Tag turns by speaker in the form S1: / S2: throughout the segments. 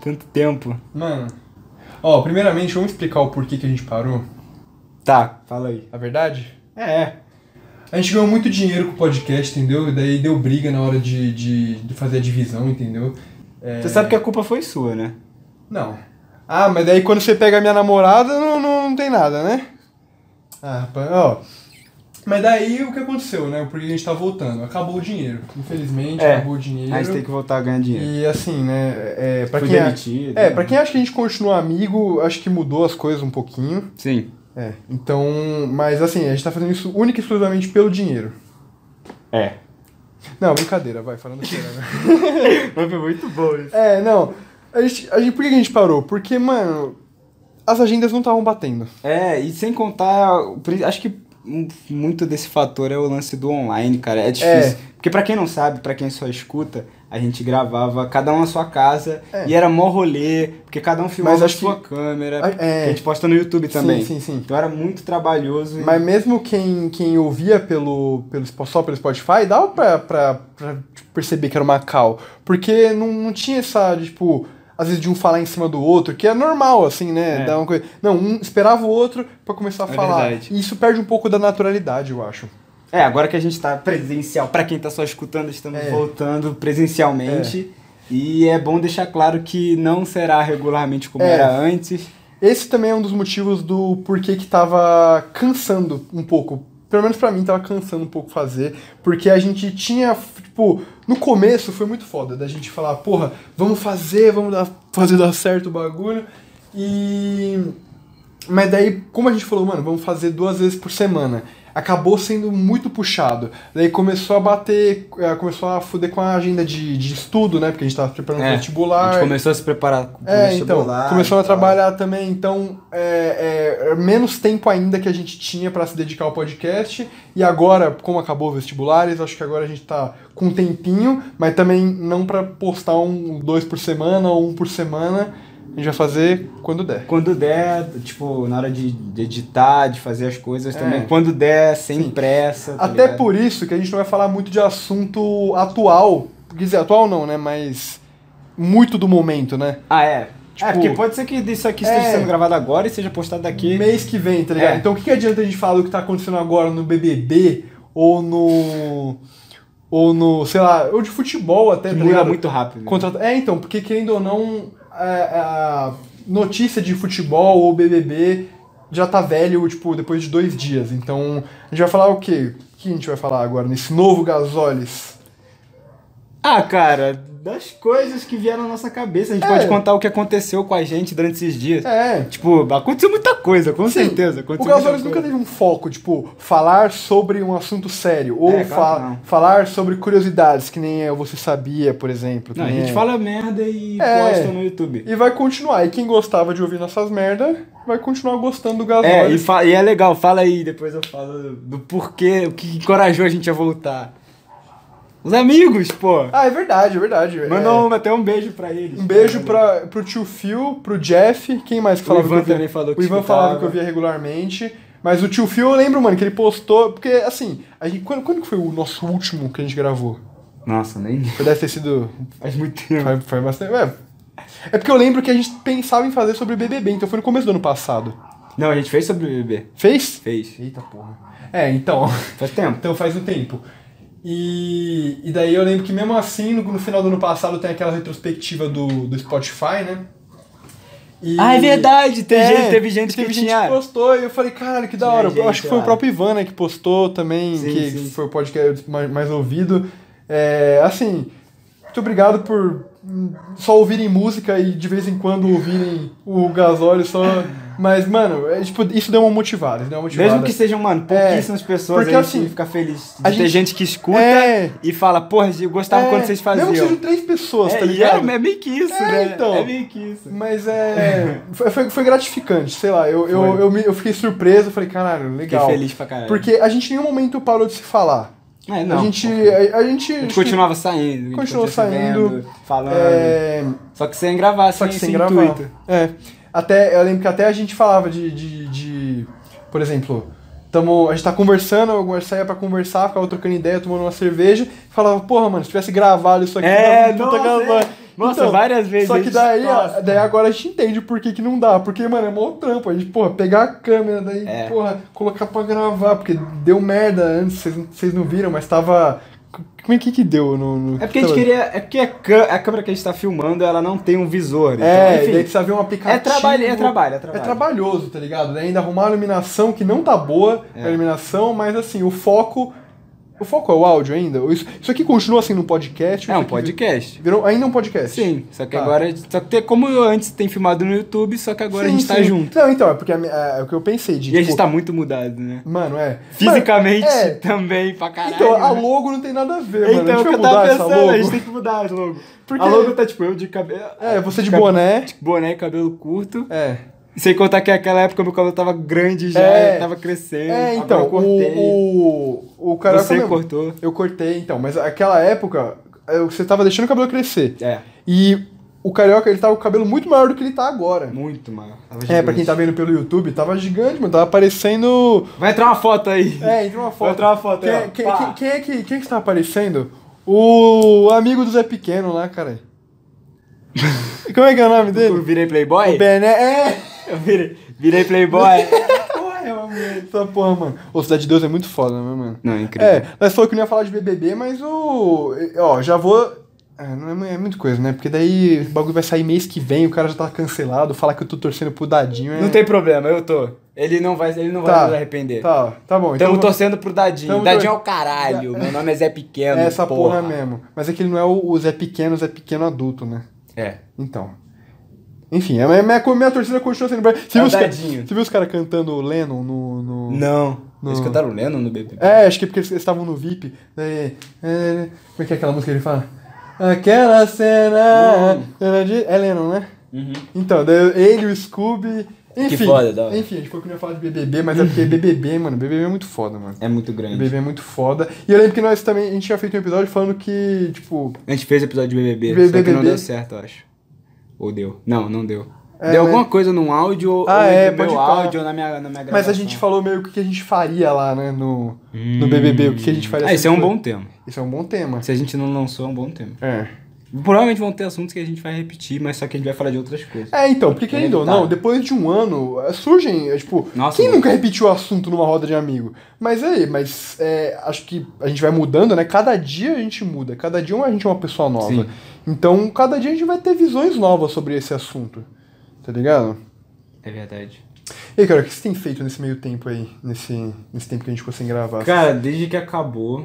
S1: Tanto tempo.
S2: Mano. Ó, primeiramente, vamos explicar o porquê que a gente parou.
S1: Tá, fala aí.
S2: A verdade?
S1: É, é.
S2: A gente ganhou muito dinheiro com o podcast, entendeu? E daí deu briga na hora de, de, de fazer a divisão, entendeu? É,
S1: Você sabe que a culpa foi sua, né?
S2: Não. Ah, mas daí quando você pega a minha namorada, não, não, não tem nada, né? Ah, rapaz, ó. Mas daí o que aconteceu, né? Porque a gente tá voltando. Acabou o dinheiro. Infelizmente,
S1: É.
S2: acabou o dinheiro.
S1: Aí você tem que voltar a ganhar dinheiro.
S2: E assim, né? É, pra
S1: Fui
S2: quem
S1: demitido,
S2: É,
S1: né?
S2: pra quem acha que a gente continua amigo, acho que mudou as coisas um pouquinho.
S1: Sim.
S2: É. Então, mas assim, a gente tá fazendo isso única e exclusivamente pelo dinheiro.
S1: É.
S2: Não, brincadeira, vai, falando sério, né?
S1: Mas foi muito bom isso.
S2: É, não. A gente, a gente, por que a gente parou? Porque, mano, as agendas não estavam batendo.
S1: É, e sem contar, o pri- acho que mu- muito desse fator é o lance do online, cara. É difícil. Porque pra quem não sabe, pra quem só escuta, a gente gravava cada um na sua casa
S2: É.
S1: e era mó rolê, porque cada um filmava
S2: Mas
S1: a
S2: acho
S1: sua câmera.
S2: Ah, é.
S1: que a gente posta no YouTube também.
S2: Sim, sim, sim.
S1: Então era muito trabalhoso. e-
S2: Mas mesmo quem, quem ouvia pelo, pelo, Spo- só pelo Spotify, dava pra, pra, pra tipo, perceber que era uma cal. Porque não, não tinha essa, de, tipo, às vezes de um falar em cima do outro, que é normal, assim, né?
S1: É.
S2: Dá uma coisa... Não, um esperava o outro pra começar a
S1: É
S2: falar.
S1: verdade.
S2: E isso perde um pouco da naturalidade, eu acho.
S1: É, agora que a gente tá presencial, pra quem tá só escutando, estamos
S2: É.
S1: voltando presencialmente. E é bom deixar claro que não será regularmente como
S2: É.
S1: era antes.
S2: Esse também é um dos motivos do porquê que tava cansando um pouco. Pelo menos pra mim tava cansando um pouco fazer, porque a gente tinha, f- tipo, no começo foi muito foda da gente falar, porra, vamos fazer, vamos dar- fazer dar certo o bagulho. E mas daí, como a gente falou, mano, vamos fazer duas vezes por semana. Acabou sendo muito puxado. Daí começou a bater, eh, começou a fuder com a agenda de, de estudo, né? Porque a gente tava preparando
S1: É,
S2: pro
S1: A
S2: vestibular.
S1: gente começou a se preparar pro
S2: É, então,
S1: vestibular e
S2: começou a
S1: tal.
S2: trabalhar também, então é, é, é menos tempo ainda que a gente tinha pra se dedicar ao podcast. E agora, como acabou os vestibulares, acho que agora a gente tá com um tempinho, mas também não pra postar um dois por semana ou um por semana. A gente vai fazer quando der.
S1: Quando der, tipo, na hora de, de editar, de fazer as coisas
S2: É.
S1: também. Quando der, sem pressa. tá
S2: Até
S1: ligado?
S2: por isso que a gente não vai falar muito de assunto atual. Quer dizer, atual não, né? Mas muito do momento, né?
S1: Ah, é.
S2: Tipo-
S1: é, porque pode ser que isso aqui esteja
S2: É.
S1: sendo gravado agora e seja postado daqui.
S2: mês que vem, tá ligado?
S1: É.
S2: Então o que, que adianta a gente falar o que tá acontecendo agora no BBB ou no. ou no, sei lá, ou de futebol até,
S1: que
S2: tá
S1: muda
S2: ligado?
S1: muito rápido.
S2: Contrata- É, então, porque querendo ou não, é, a, a notícia de futebol ou BBB já tá velho, tipo, depois de dois dias. Então a gente vai falar o quê? O que a gente vai falar agora nesse novo Gasolis?
S1: Ah, cara, das coisas que vieram na nossa cabeça. A gente
S2: É.
S1: pode contar o que aconteceu com a gente durante esses dias.
S2: É.
S1: Tipo, aconteceu muita coisa, com
S2: Sim,
S1: certeza.
S2: O
S1: Aconteceu
S2: Gasolis
S1: muita
S2: nunca
S1: coisa.
S2: teve um foco, tipo, falar sobre um assunto sério. Ou
S1: É, claro
S2: fa-
S1: que não.
S2: falar sobre curiosidades, que nem é Você Sabia, por exemplo. que
S1: Não, a
S2: nem
S1: gente
S2: é.
S1: fala merda e
S2: É.
S1: posta no YouTube.
S2: E vai continuar. E quem gostava de ouvir nossas merda vai continuar gostando do
S1: É, e,
S2: Gasolis.
S1: fa- e é legal, fala aí, depois eu falo do porquê, o que encorajou a gente a voltar. Os amigos, pô.
S2: Ah, é verdade, é verdade.
S1: Manda
S2: É.
S1: um- até um beijo pra eles.
S2: Um beijo pra, pro tio Phil, pro Jeff, quem mais que
S1: O
S2: falava
S1: Ivan
S2: que eu via?
S1: também falou que
S2: O Ivan
S1: escutava.
S2: falava que eu via regularmente. Mas o tio Phil, eu lembro, mano, que ele postou. Porque, assim, a gente, quando, quando que foi o nosso último que a gente gravou?
S1: Nossa, nem
S2: Foi- Deve ter sido
S1: faz muito tempo.
S2: Faz, faz bastante. É. É porque eu lembro que a gente pensava em fazer sobre BBB, então foi no começo do ano passado.
S1: Não, a gente fez sobre o bebê.
S2: Fez?
S1: Fez.
S2: Eita porra. É, então.
S1: Faz tempo.
S2: Então faz um tempo. E, e daí eu lembro que mesmo assim, no, no final do ano passado tem aquela retrospectiva do, do Spotify, né? E-
S1: Ah, é verdade, tem
S2: É,
S1: gente- teve gente que tinha-
S2: postou e eu falei, caralho, que da
S1: Tinha
S2: hora.
S1: gente
S2: eu acho que foi
S1: lá.
S2: o próprio Ivan né, que postou também,
S1: Sim,
S2: que
S1: sim.
S2: foi o podcast mais, mais ouvido. É, assim, muito obrigado por hum, só ouvirem música e de vez em quando ouvirem o gasóleo só. Mas, mano, é, tipo, isso deu uma motivada. Isso deu uma motivada.
S1: Mesmo que sejam, mano, pouquíssimas pessoas,
S2: porque
S1: a gente
S2: assim,
S1: fica feliz de
S2: a
S1: ter
S2: gente-
S1: gente, que escuta
S2: É.
S1: e fala, porra, eu gostava
S2: É,
S1: quando vocês faziam.
S2: Mesmo que sejam três pessoas, tá
S1: é, e
S2: ligado?
S1: é, é meio que isso,
S2: É,
S1: né?
S2: então.
S1: É meio que isso.
S2: Mas é. foi- foi, foi gratificante, sei lá. Eu, eu,
S1: Foi.
S2: eu, me- eu fiquei surpreso, falei, caralho,
S1: Fiquei
S2: legal.
S1: feliz pra caralho.
S2: Porque a gente em nenhum momento parou de se falar.
S1: É, não.
S2: a gente. A, a gente.
S1: A gente continuava saindo. a gente
S2: Continuou
S1: continuava se
S2: saindo,
S1: vendo, falando.
S2: É,
S1: Só que sem gravar,
S2: só
S1: sem,
S2: que sem
S1: sem
S2: gravar.
S1: intuito.
S2: É. Até, eu lembro que até a gente falava de. de, de- por exemplo, tamo, a gente tá conversando, eu saía pra conversar, ficava trocando ideia, tomando uma cerveja, falava, porra, mano, se tivesse gravado isso aqui,
S1: É,
S2: tava um puta
S1: nossa,
S2: gravando.
S1: Nossa,
S2: Então,
S1: várias vezes.
S2: Só que daí,
S1: Nossa.
S2: ó, daí agora a gente entende por que, que não dá. Porque, mano, é mó trampo. A gente, porra, pegar a câmera, daí,
S1: É.
S2: porra, colocar pra gravar. Porque deu merda antes, vocês não- vocês não viram, mas tava. Como é que que deu no. no-
S1: É porque a gente
S2: tava-
S1: queria. É porque a, cã- a câmera que a gente tá filmando, ela não tem um visor. Então,
S2: É,
S1: enfim.
S2: daí precisa ver um aplicativo.
S1: É trabalho, é trabalho, é
S2: É
S1: trabalho.
S2: trabalhoso, tá ligado? Daí ainda arrumar a iluminação que não tá boa,
S1: É.
S2: a iluminação, mas assim, o foco. O foco é o áudio ainda? Isso, isso aqui continua assim no podcast?
S1: É
S2: Isso
S1: um
S2: aqui
S1: podcast.
S2: Virou ainda um podcast?
S1: Sim, só que
S2: Tá.
S1: agora. Só que tem- como eu antes tem filmado no YouTube, só que agora
S2: Sim,
S1: a gente tá
S2: sim.
S1: junto.
S2: Não, então, é porque a mi- é, é o que eu pensei de.
S1: E a gente
S2: tipo,
S1: tá muito mudado, né?
S2: Mano, é.
S1: Fisicamente
S2: Mano, é.
S1: também, pra caralho.
S2: Então, a
S1: né?
S2: logo não tem nada a ver, mano.
S1: Então, é o
S2: Deixa
S1: que
S2: eu
S1: eu tava
S2: mudar essa
S1: pensando,
S2: logo.
S1: a gente tem que mudar as logo.
S2: Porque-
S1: A logo tá tipo eu de cabelo.
S2: É, você de
S1: cab-
S2: boné.
S1: Boné, cabelo curto.
S2: É.
S1: Sem contar que naquela época meu cabelo tava grande já,
S2: É.
S1: tava crescendo.
S2: É,
S1: agora
S2: então,
S1: eu cortei.
S2: o, o, o cara.
S1: Você cortou.
S2: Eu cortei, então, mas aquela época, é, você tava deixando o cabelo crescer.
S1: É,
S2: E o carioca, ele tava com o cabelo muito maior do que ele tá agora.
S1: muito maior. Tava
S2: É,
S1: gigante.
S2: pra quem tá vendo pelo YouTube, tava gigante, mano. Tava aparecendo.
S1: Vai entrar uma foto aí.
S2: É, entrou uma
S1: Vai
S2: foto.
S1: entrar uma foto aí,
S2: Quem,
S1: ó.
S2: quem,
S1: Pá.
S2: quem, quem é que, quem que tá aparecendo? O amigo do Zé Pequeno lá, cara. Como é que é o nome
S1: Eu
S2: dele?
S1: virei playboy?
S2: Bené. É!
S1: Eu virei, virei playboy.
S2: Essa porra, mano. Ô, Cidade de Deus é muito foda, né, mano?
S1: Não, é incrível.
S2: É, nós falou que não ia falar de BBB, mas o. Ó, já vou. É, não é, mu- é muita coisa, né? Porque daí o bagulho vai sair mês que vem, o cara já tá cancelado, falar que eu tô torcendo pro Dadinho. É...
S1: Não tem problema, eu tô. Ele não vai, ele não vai nos arrepender.
S2: Tá, tá bom.
S1: Tamo
S2: então-
S1: torcendo pro Dadinho.
S2: Tamo
S1: Dadinho
S2: tor-
S1: é o caralho. Meu nome é Zé Pequeno.
S2: É essa porra. mesmo. Mas é que ele não é o, o Zé Pequeno, Zé Pequeno adulto, né?
S1: É.
S2: Então. Enfim, a minha, minha, co- minha torcida continua sendo. Você
S1: É
S2: viu,
S1: o
S2: os ca-
S1: Dadinho.
S2: você viu os caras cantando Lennon no. no...
S1: Não.
S2: Não.
S1: Eles cantaram Lennon no BBB.
S2: É, acho que é porque eles estavam no VIP. Daí, né? é, como é que é aquela música que ele fala? Aquela cena.
S1: Hum.
S2: cena de- É Lennon, né?
S1: Uhum.
S2: Então, daí ele, o Scooby. Enfim,
S1: foda, da hora.
S2: enfim, a gente falou que não ia falar de BBB, mas é porque BBB, mano, BBB é muito foda, mano.
S1: É muito grande.
S2: BBB é muito foda. E eu lembro que nós também, a gente tinha feito um episódio falando que, tipo,
S1: A gente fez episódio de BBB, só que
S2: BBB.
S1: não deu certo, eu acho. Ou deu. Não, não deu.
S2: É,
S1: deu
S2: né?
S1: alguma coisa num áudio ou,
S2: Ah,
S1: ou
S2: é,
S1: no
S2: pode
S1: meu
S2: pá.
S1: áudio ou na minha, na minha gravação. Hum.
S2: Mas a gente falou meio que o que a gente faria lá, né? No, no BBB, o que a gente faria.
S1: Ah, esse é um bom tema.
S2: Isso é um bom tema.
S1: Se a gente não lançou, é um bom tema.
S2: É.
S1: Provavelmente vão ter assuntos que a gente vai repetir, mas só que a gente vai falar de outras coisas.
S2: É, então, porque querendo ou não,
S1: Inevitável.
S2: depois de um ano, eh, surgem, eh, tipo,
S1: Nossa,
S2: quem
S1: mano.
S2: nunca repetiu o assunto numa roda de amigo? Mas aí, mas eh, acho que a gente vai mudando, né? Cada dia a gente muda, cada dia a gente é uma pessoa nova.
S1: Sim.
S2: Então, cada dia a gente vai ter visões novas sobre esse assunto, tá ligado?
S1: É verdade.
S2: E aí, cara, o que você tem feito nesse meio tempo aí, nesse, nesse tempo que a gente ficou sem gravar?
S1: Cara, desde que acabou.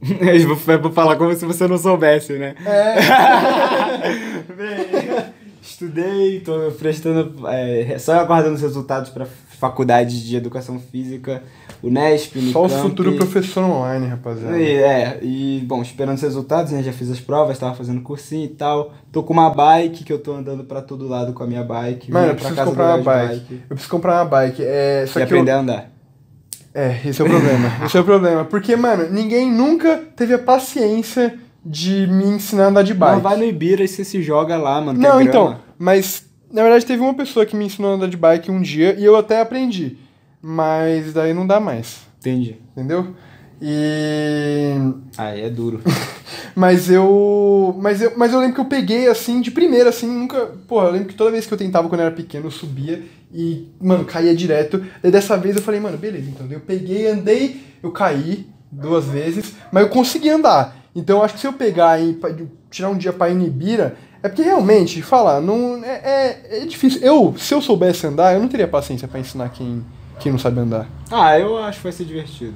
S1: Eu vou- eu vou falar como se você não soubesse, né?
S2: É,
S1: Bem, Estudei, tô prestando. é, só aguardando os resultados pra faculdade de educação física, Unesp, Unicamp.
S2: só o futuro professor online, rapaziada.
S1: E, é, e bom, esperando os resultados, né? Já fiz as provas, tava fazendo cursinho e tal. Tô com uma bike que eu tô andando pra todo lado com a minha bike.
S2: Mano,
S1: vim pra
S2: eu preciso
S1: casa
S2: comprar uma
S1: andar de
S2: bike. Eu preciso comprar uma bike. É, só
S1: E
S2: que eu-
S1: aprender a andar.
S2: É, esse é o problema. esse é o problema. Porque, mano, ninguém nunca teve a paciência de me ensinar a andar de bike.
S1: Mas vai no Ibira e você se joga lá, mano. tem
S2: Não,
S1: grama.
S2: então, mas na verdade teve uma pessoa que me ensinou a andar de bike um dia e eu até aprendi. Mas daí não dá mais,
S1: Entendi.
S2: entendeu? E
S1: Aí é duro.
S2: mas eu, mas eu, mas eu lembro que eu peguei assim de primeira assim, nunca, pô, eu lembro que toda vez que eu tentava quando eu era pequeno, eu subia e, mano, caía direto. E dessa vez eu falei, mano, beleza, então eu peguei, andei, eu caí duas vezes, mas eu consegui andar. Então eu acho que se eu pegar e pa- de- tirar um dia pra ir em Ibira, é porque realmente, falar, não é, é, é difícil. Eu, se eu soubesse andar, eu não teria paciência pra ensinar quem quem não sabe andar.
S1: ah, eu acho que vai ser divertido.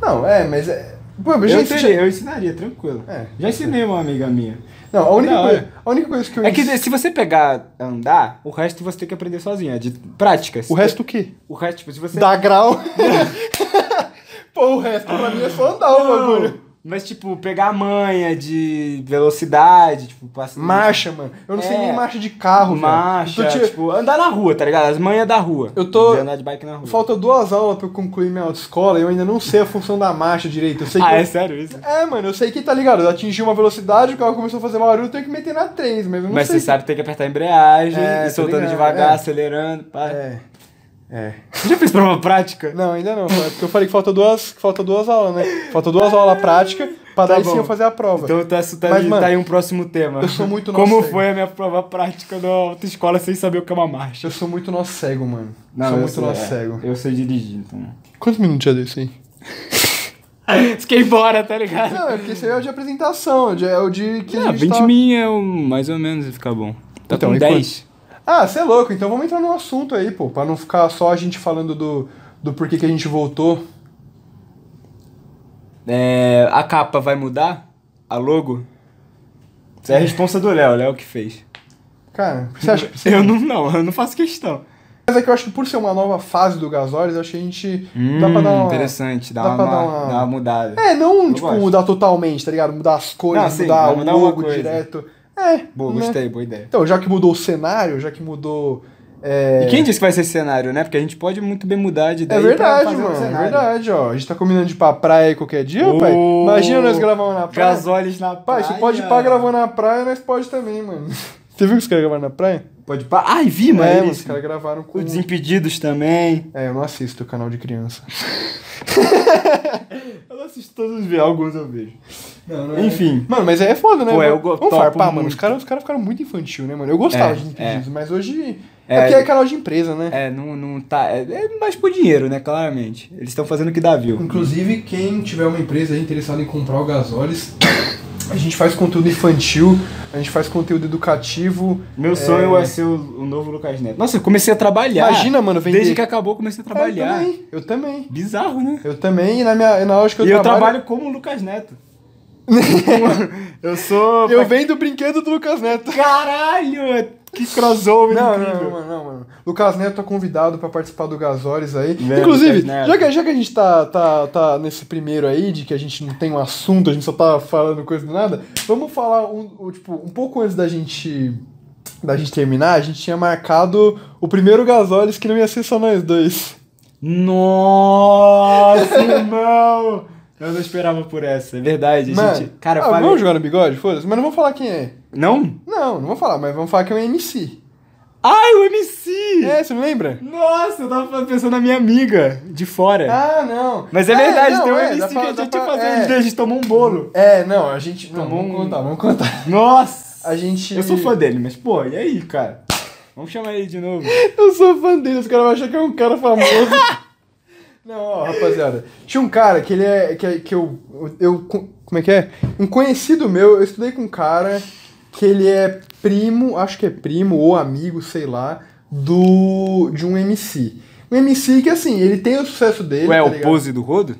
S2: Não, é, mas é, pô,
S1: Eu,
S2: mas já
S1: entendi,
S2: ensinei-
S1: eu ensinaria, tranquilo.
S2: É.
S1: Já ensinei uma amiga minha.
S2: Não, a única,
S1: Da hora.
S2: coisa, a única coisa que eu
S1: É que
S2: ens-
S1: se você pegar andar, o resto você tem que aprender sozinho, é de práticas.
S2: o resto o quê?
S1: o resto, tipo, se você.
S2: Dá grau. Pô, o resto pra mim é só andar o bagulho.
S1: Mas, tipo, pegar a manha de velocidade, tipo, passar.
S2: Marcha, mano. Eu não sei
S1: É.
S2: nem marcha de carro, Então, velho.
S1: Marcha,
S2: Eu tô te-
S1: tipo, andar na rua, tá ligado? As manhas da rua.
S2: Eu tô-
S1: De andar de bike na rua.
S2: Falta duas aulas pra eu concluir minha autoescola e eu ainda não sei a função da marcha direito. Eu sei que
S1: Ah,
S2: eu-
S1: é sério isso?
S2: É, mano, eu sei que tá ligado. Eu atingi uma velocidade, o carro começou a fazer barulho, eu tenho que meter na 3, mas eu não
S1: Mas
S2: sei.
S1: você sabe que tem que apertar a embreagem,
S2: É,
S1: e
S2: tô
S1: soltando
S2: ligado,
S1: devagar,
S2: é.
S1: acelerando, pá.
S2: É. É.
S1: Você já fez prova prática?
S2: Não, ainda não. é Porque eu falei que falta duas, que falta duas aulas, né? Falta duas aulas práticas pra
S1: Tá
S2: daí
S1: bom.
S2: sim eu fazer a prova.
S1: Então tá, tá,
S2: Mas,
S1: aí-
S2: mano,
S1: tá aí um próximo tema.
S2: eu sou muito nó
S1: Como
S2: cego.
S1: foi a minha prova prática na autoescola sem saber o que é uma marcha?
S2: Eu sou muito nó cego, mano. sou muito nó cego.
S1: Eu sei dirigir, então.
S2: Quantos minutos já deu isso aí?
S1: Fiquei embora, tá ligado?
S2: Não, é porque esse aí é o de apresentação, de- é o de que a
S1: Não,
S2: gente
S1: 20
S2: tava-
S1: mil é um- mais ou menos ficar bom. Tá
S2: Então,
S1: com
S2: e quanto?
S1: 10.
S2: Ah, você é louco, então vamos entrar num assunto aí, pô, pra não ficar só a gente falando do, do porquê que a gente voltou.
S1: É, a capa vai mudar? A logo? Isso é a responsa do Léo, Léo que fez.
S2: Cara, você acha que...
S1: Eu não, não, eu não faço questão.
S2: Mas é que eu acho que por ser uma nova fase do Gasolis, eu acho que a gente dá
S1: Hum,
S2: pra dar uma...
S1: Interessante, dá,
S2: dá
S1: uma,
S2: pra dar
S1: ma-
S2: uma-
S1: dá uma mudada.
S2: É, não,
S1: Eu
S2: tipo,
S1: gosto.
S2: mudar totalmente, tá ligado? Mudar as cores,
S1: Não, sim,
S2: mudar
S1: vai
S2: o
S1: mudar uma
S2: logo
S1: coisa.
S2: direto. É,
S1: Boa,
S2: né?
S1: gostei, boa ideia.
S2: Então, já que mudou o cenário, já que mudou... É...
S1: E quem disse que vai ser esse cenário, né? Porque a gente pode muito bem mudar de
S2: É
S1: ideia. pra
S2: verdade,
S1: fazer um
S2: mano. É
S1: cenário.
S2: verdade, ó. A gente tá combinando de ir pra praia aí qualquer dia, pai.
S1: Ô,
S2: Imagina nós gravando na praia.
S1: Gasoles na
S2: Pai,
S1: praia.
S2: você pode ir pra gravar na praia, nós pode também, mano. Você viu que os caras gravaram na praia?
S1: Pode pá. Ai, vi, mano.
S2: é,
S1: É,
S2: mano, os caras gravaram com.
S1: Os Desimpedidos também.
S2: É, eu não assisto o canal de criança.
S1: Eu não assisto todos os vídeos, alguns eu vejo. Enfim.
S2: Mano, mas aí é foda, né?
S1: Pô, eu
S2: mano?
S1: go-
S2: Vamos
S1: topo
S2: farpar, mano. Os
S1: muito.
S2: caras os caras ficaram muito infantil, né, mano? Eu gostava
S1: É,
S2: de Impedidos, mas hoje. É,
S1: É.
S2: porque é canal de empresa, né?
S1: É, não, não tá. É, é mais por dinheiro, né? Claramente. Eles estão fazendo o que dá view.
S2: Inclusive, quem tiver uma empresa aí interessada em comprar o Gasolis, a gente faz conteúdo infantil, a gente faz conteúdo educativo.
S1: Meu sonho é ser o, o novo Lucas Neto. Nossa, eu comecei a trabalhar.
S2: Imagina, mano, vender.
S1: Desde que acabou, eu comecei a trabalhar.
S2: É, eu também. Eu também.
S1: Bizarro, né?
S2: Eu também, e na, minha, na hora que eu
S1: e eu
S2: trabalho.
S1: trabalho como o Lucas Neto. eu sou.
S2: Eu venho do brinquedo do Lucas Neto.
S1: Caralho! Que crossover
S2: Não,
S1: incrível.
S2: não, não, mano, não, mano. Lucas Neto é convidado pra participar do Gasores aí.
S1: Velho,
S2: Inclusive,
S1: Né, Lucas Neto.
S2: já que, já que a gente tá, tá, tá nesse primeiro aí, de que a gente não tem um assunto, a gente só tá falando coisa do nada, vamos falar, um, um, tipo, um pouco antes da gente da gente terminar, a gente tinha marcado o primeiro Gasores que não ia ser só nós dois.
S1: Nossa, irmão! Eu não esperava por essa, é verdade. A gente, cara,
S2: ah,
S1: falei-
S2: vamos jogar no bigode? Foda-se, mas não vou falar quem é.
S1: Não?
S2: Não, não vou falar, mas vamos falar que é um MC.
S1: Ai, o MC!
S2: É, você não lembra?
S1: Nossa, eu tava pensando na minha amiga, de fora.
S2: Ah, não.
S1: Mas é, verdade,
S2: não,
S1: tem um
S2: é, dá
S1: MC
S2: pra-
S1: que a
S2: dá
S1: gente
S2: pra-
S1: fazia,
S2: é.
S1: a gente tomou um bolo.
S2: É, não, a gente. Não,
S1: Tomou
S2: vamos
S1: um-
S2: contar, vamos contar.
S1: Nossa!
S2: A gente.
S1: Eu sou fã dele, mas pô, e aí, cara? Vamos chamar ele de novo.
S2: Eu sou fã dele, os caras vão achar que é um cara famoso. não, ó, rapaziada. Tinha um cara que ele é. Que, que eu, eu. Como é que é? Um conhecido meu, eu estudei com um cara que ele é primo, acho que é primo ou amigo, sei lá, do. de um MC. Um MC que assim, ele tem o sucesso dele.
S1: Ué,
S2: tá
S1: o
S2: ligado?
S1: pose do rodo?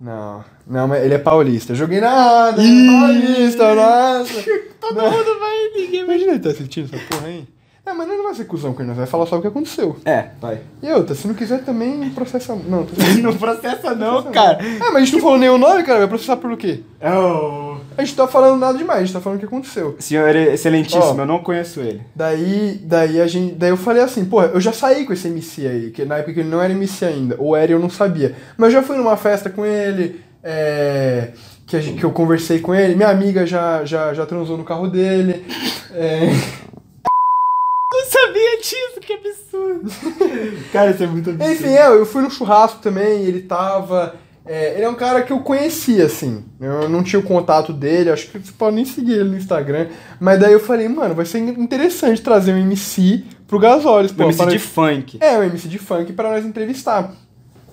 S2: Não, não, mas ele é paulista. Eu joguei na rádio,
S1: Ih! Tá
S2: paulista, nossa.
S1: Todo
S2: Não.
S1: mundo vai, ninguém
S2: Imagina ele tá assistindo essa porra aí. É, mas não vai ser cuzão com ele, nós vai falar só o que aconteceu.
S1: É, vai.
S2: E outra, se não quiser também processa. Não, tô processa
S1: Não processa
S2: não.
S1: não, cara.
S2: É, mas a gente não falou nenhum nome, cara, vai processar pelo quê?
S1: É o...
S2: A gente não tá falando nada demais, a gente tá falando o que aconteceu.
S1: Senhor é excelentíssimo,
S2: Ó.
S1: eu não conheço ele.
S2: Daí, daí a gente, daí eu falei assim, porra, eu já saí com esse MC aí, que na época que ele não era MC ainda, ou era e eu não sabia. Mas eu já fui numa festa com ele, é, que, a gente- que eu conversei com ele, minha amiga já, já, já transou no carro dele. É,
S1: Não sabia disso, que absurdo. cara, isso é muito absurdo.
S2: Enfim, é, eu fui no churrasco também, ele tava. é, ele é um cara que eu conhecia, assim. Eu não tinha o contato dele, acho que você pode nem seguir ele no Instagram. Mas daí eu falei, mano, vai ser interessante trazer um MC pro Gasolis,
S1: o
S2: pô.
S1: MC
S2: para-
S1: Um de funk.
S2: É, um MC de funk pra nós entrevistar.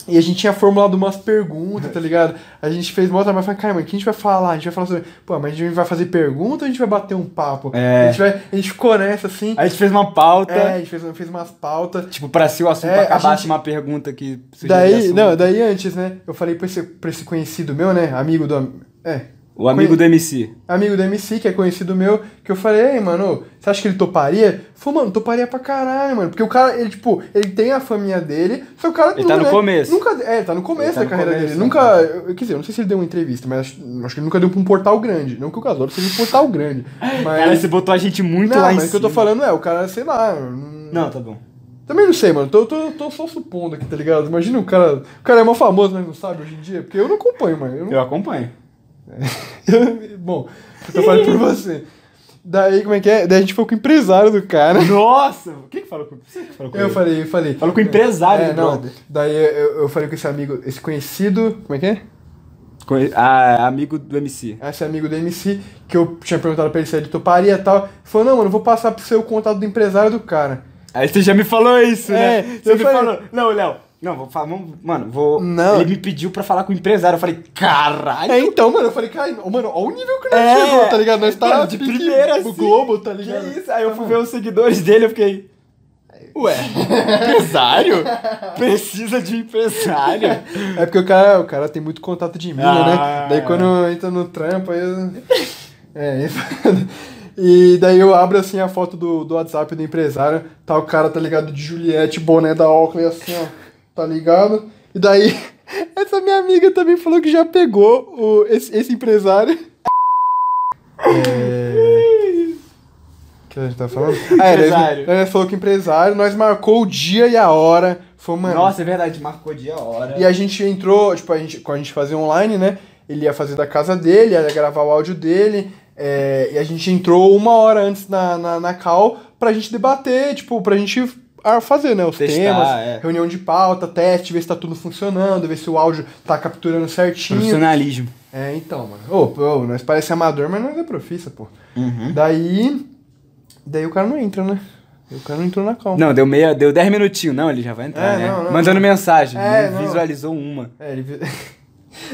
S2: E a gente tinha formulado umas perguntas, tá ligado? A gente fez uma outra, mas falei, cara, mano, o que a gente vai falar? A gente vai falar sobre. Pô, mas a gente vai fazer pergunta ou a gente vai bater um papo?
S1: É.
S2: A gente, vai, a gente ficou nessa, assim.
S1: Aí a gente fez uma pauta,
S2: É, a gente fez, fez umas pautas.
S1: tipo, pra se o assunto
S2: É, a
S1: acabasse
S2: gente-
S1: uma pergunta que surgiu de
S2: Daí,
S1: assunto.
S2: não, daí antes, né? Eu falei pra esse, pra esse conhecido meu, né? Amigo do. am- É.
S1: O amigo do MC.
S2: Amigo do MC, que é conhecido meu, que eu falei, ei, mano, você acha que ele toparia? Falou, mano, toparia pra caralho, mano. Porque o cara, ele, tipo, ele tem a faminha dele, só que o cara
S1: Ele tá
S2: nu-
S1: no
S2: né?
S1: começo.
S2: Nunca, é, ele tá no começo
S1: Ele tá
S2: da
S1: no
S2: carreira
S1: começo,
S2: dele.
S1: né?
S2: Nunca. eu- Quer dizer, eu não sei se ele deu uma entrevista, mas acho, acho que ele nunca deu pra um portal grande. Não que o Gasol seja um portal grande. Mas.
S1: Cara, você botou a gente muito
S2: não,
S1: lá em
S2: mas o que eu tô
S1: cima.
S2: falando é, o cara, sei lá. não-
S1: Não, tá bom.
S2: também não sei, mano. Tô, tô, tô só supondo aqui, tá ligado? Imagina o cara. O cara é mó famoso, mas não sabe hoje em dia. Porque eu não acompanho, mano. Eu não-
S1: Eu acompanho.
S2: Bom, eu tô falando por você. Daí, como é que é? Daí a gente foi com o empresário do cara.
S1: Nossa! Quem que falou com você? Que falou com
S2: Eu
S1: ele?
S2: falei, eu falei.
S1: Falou com o empresário,
S2: É,
S1: do
S2: não.
S1: brother.
S2: Daí eu, eu falei com esse amigo, esse conhecido. Como é que é?
S1: Com ele- ah, amigo do MC.
S2: esse amigo do MC, que eu tinha perguntado pra ele se ele toparia e tal. Ele falou, não, mano, eu vou passar pro seu contato do empresário do cara.
S1: Aí você já me falou isso,
S2: É,
S1: né? Você
S2: eu
S1: me
S2: falei-
S1: falou. Não, Léo. Não, vou falar. vamos- Mano, vou.
S2: Não.
S1: Ele me pediu pra falar com o empresário. Eu falei, caralho.
S2: É, então, mano, eu falei, cara, mano, olha o nível que nós
S1: É,
S2: chegou, tá ligado? Nós
S1: mano,
S2: tá
S1: de
S2: pique
S1: primeira,
S2: o
S1: assim.
S2: Globo, tá
S1: Que
S2: ligado?
S1: isso? Aí eu fui ver os seguidores dele, eu fiquei. Ué, empresário? Precisa de empresário?
S2: É porque o cara, o cara tem muito contato de mídia,
S1: Ah.
S2: né? Daí quando entra no trampo, aí. eu- É, aí foda. E daí eu abro assim a foto do, do WhatsApp do empresário, tá o cara, tá ligado, de Juliette, boné da Oakley, assim, ó, tá ligado? E daí, essa minha amiga também falou que já pegou o, esse, esse empresário. É... O que a gente tá falando? Ah, é, daí-
S1: Empresário.
S2: daí falou que o empresário, nós marcou o dia e a hora. Foi, mano,
S1: Nossa, é verdade, marcou dia a hora.
S2: e a gente entrou, tipo, a gente, quando a gente fazia online, né? Ele ia fazer da casa dele, ia gravar o áudio dele. é, e a gente entrou uma hora antes na, na, na call pra gente debater, tipo, pra gente ah, fazer, né? Os
S1: Testar,
S2: temas,
S1: é.
S2: reunião de pauta, teste, ver se tá tudo funcionando, ver se o áudio tá capturando certinho.
S1: Profissionalismo.
S2: É, então, mano. Ô, pô, nós parece amador, mas nós é profissa, pô. Uhum.
S1: Hum?
S2: Daí. Daí o cara não entra, né? O cara não entrou na call.
S1: Não, deu meia, deu 10 minutinhos. Não, ele já vai entrar,
S2: É,
S1: né?
S2: não, não.
S1: Mandando mensagem.
S2: É,
S1: não
S2: não.
S1: visualizou uma.
S2: É, ele. vi-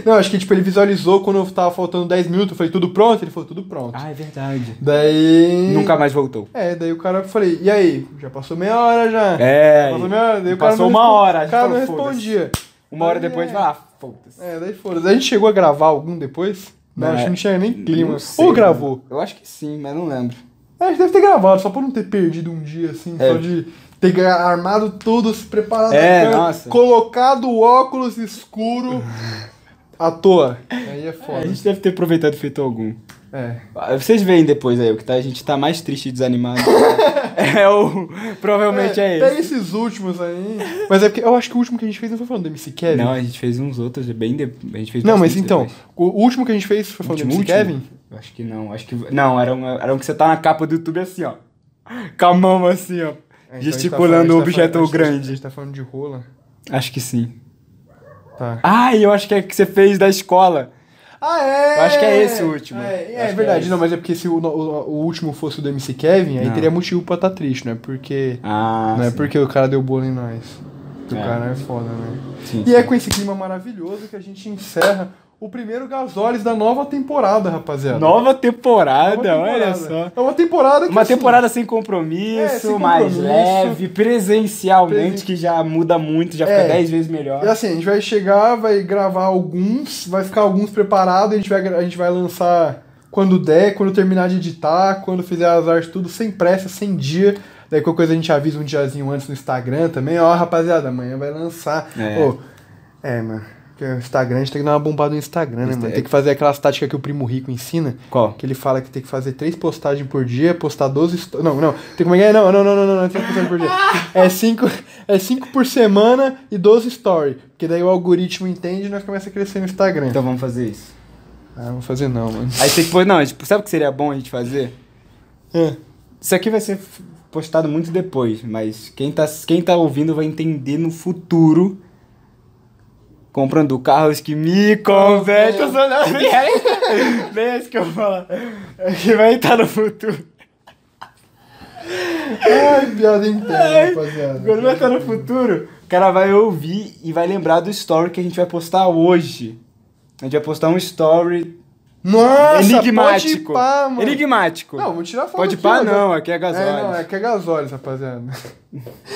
S2: Não, acho que tipo, ele visualizou quando eu tava faltando 10 minutos, eu falei, tudo pronto? Ele falou, tudo pronto.
S1: Ah, é verdade.
S2: Daí.
S1: Nunca mais voltou.
S2: É, daí o cara eu falei, e aí? Já passou meia hora já.
S1: É.
S2: Passou meia hora, daí o cara
S1: Passou
S2: não
S1: uma
S2: respon-
S1: hora, a gente
S2: O cara não
S1: falou, "Foda-se."
S2: respondia.
S1: Uma hora
S2: Daí,
S1: depois,
S2: é.
S1: vai lá, foda-se.
S2: É, daí foda. Daí a gente chegou a gravar algum depois? Não,
S1: Não,
S2: acho
S1: é-
S2: que não tinha nem clima.
S1: Não sei,
S2: Ou gravou.
S1: mano. Eu acho que sim, mas não lembro.
S2: É, a gente deve ter gravado, só pra não ter perdido um dia, assim,
S1: É.
S2: só de ter gra- armado tudo, se preparado,
S1: É,
S2: pra-
S1: nossa.
S2: colocado o óculos escuro à toa. Aí é
S1: a
S2: foda.
S1: gente deve ter aproveitado e feito algum.
S2: É.
S1: Ah, Vocês veem depois aí o que tá, a gente tá mais triste e desanimado. é o. Provavelmente é,
S2: Tem
S1: esse.
S2: esses últimos aí. Mas é porque eu acho que o último que a gente fez não foi falando do MC Kevin.
S1: Não, a gente fez uns outros é bem de... A gente fez
S2: Não, mas
S1: bastante
S2: então,
S1: depois.
S2: o último que a gente fez foi falando do
S1: Último,
S2: MC
S1: último?
S2: Kevin?
S1: Eu acho que não, acho que. Não, era um, era um que você tá na capa do YouTube assim, ó. Com a mão assim, ó.
S2: tá
S1: gesticulando um objeto
S2: A
S1: grande.
S2: gente tá falando de rola.
S1: Acho que sim.
S2: Tá.
S1: Ah, e eu acho que é que você fez da escola.
S2: Ah, é!
S1: Eu acho que é esse o último.
S2: Ah,
S1: Eu
S2: é,
S1: acho
S2: é,
S1: que é
S2: verdade.
S1: esse.
S2: não, mas é porque se o, o- o último fosse o do MC Kevin, aí
S1: Não.
S2: teria motivo pra estar tá triste, não é porque...
S1: Ah,
S2: não é
S1: sim.
S2: porque o cara deu bolo em nós. O
S1: É.
S2: cara é foda, né?
S1: Sim,
S2: E é
S1: sim.
S2: com esse clima maravilhoso que a gente encerra o primeiro Gasoles da nova temporada, rapaziada.
S1: Nova
S2: É uma
S1: temporada,
S2: temporada.
S1: olha só.
S2: É uma temporada que
S1: Uma
S2: assim,
S1: temporada sem compromisso,
S2: É, sem
S1: mais
S2: compromisso.
S1: leve, presencialmente,
S2: Presen-
S1: que já muda muito, já
S2: É.
S1: fica 10 vezes melhor.
S2: É assim, a gente vai chegar, vai gravar alguns, vai ficar alguns preparados, a gente vai, gra- a gente vai lançar quando der, quando terminar de editar, quando fizer as artes, tudo sem pressa, sem dia. Daí qualquer coisa a gente avisa um diazinho antes no Instagram também. Ó, rapaziada, amanhã vai lançar.
S1: É.
S2: Ô, é mano. Porque o Instagram, a gente tem que dar uma bombada no Instagram, né,
S1: Insta-
S2: mano? Tem que fazer aquelas táticas que o Primo Rico ensina.
S1: Qual?
S2: Que ele fala que tem que fazer três postagens por dia, postar 12 stories. Não, não. Tem como é que é? Não, não, não, não, não, não, não três postagens por dia. É cinco, é cinco por semana e 12 stories. Porque daí o algoritmo entende e nós começa a crescer no Instagram.
S1: Então vamos fazer isso.
S2: Ah, não vou fazer não, mano.
S1: Aí tem que pôr, não, tipo, sabe o que seria bom a gente fazer?
S2: É.
S1: Isso aqui vai ser f- postado muito depois, mas quem tá, quem tá ouvindo vai entender no futuro. Comprando carros que me convertem. Não, não, nem era isso. Nem é isso que eu vou falar. É que vai estar no futuro.
S2: Ai, piada interna, rapaziada.
S1: Quando vai estar no futuro, o cara vai ouvir e vai lembrar do story que a gente vai postar hoje. A gente vai postar um story
S2: Nossa,
S1: enigmático.
S2: pode pá, mano.
S1: Enigmático.
S2: Não, vou tirar foto
S1: Pode
S2: aqui,
S1: pá,
S2: ó.
S1: não, aqui é gasóleo.
S2: É, não, é que é gasóleos, rapaziada.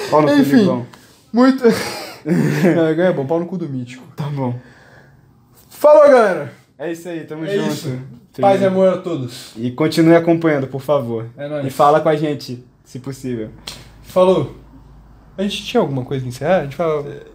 S1: Pau no cu,
S2: Enfim.
S1: Livão.
S2: Muito... não, é bom, pau no cu do mítico.
S1: Tá bom.
S2: Falou, galera.
S1: É isso aí, tamo
S2: É
S1: junto.
S2: isso.
S1: Tamo
S2: Paz e
S1: junto.
S2: amor a todos.
S1: E continue acompanhando, por favor.
S2: É nóis.
S1: E fala com a gente, se possível.
S2: Falou. A gente tinha alguma coisa a encerrar? A gente fala...
S1: Uh!
S2: Uh!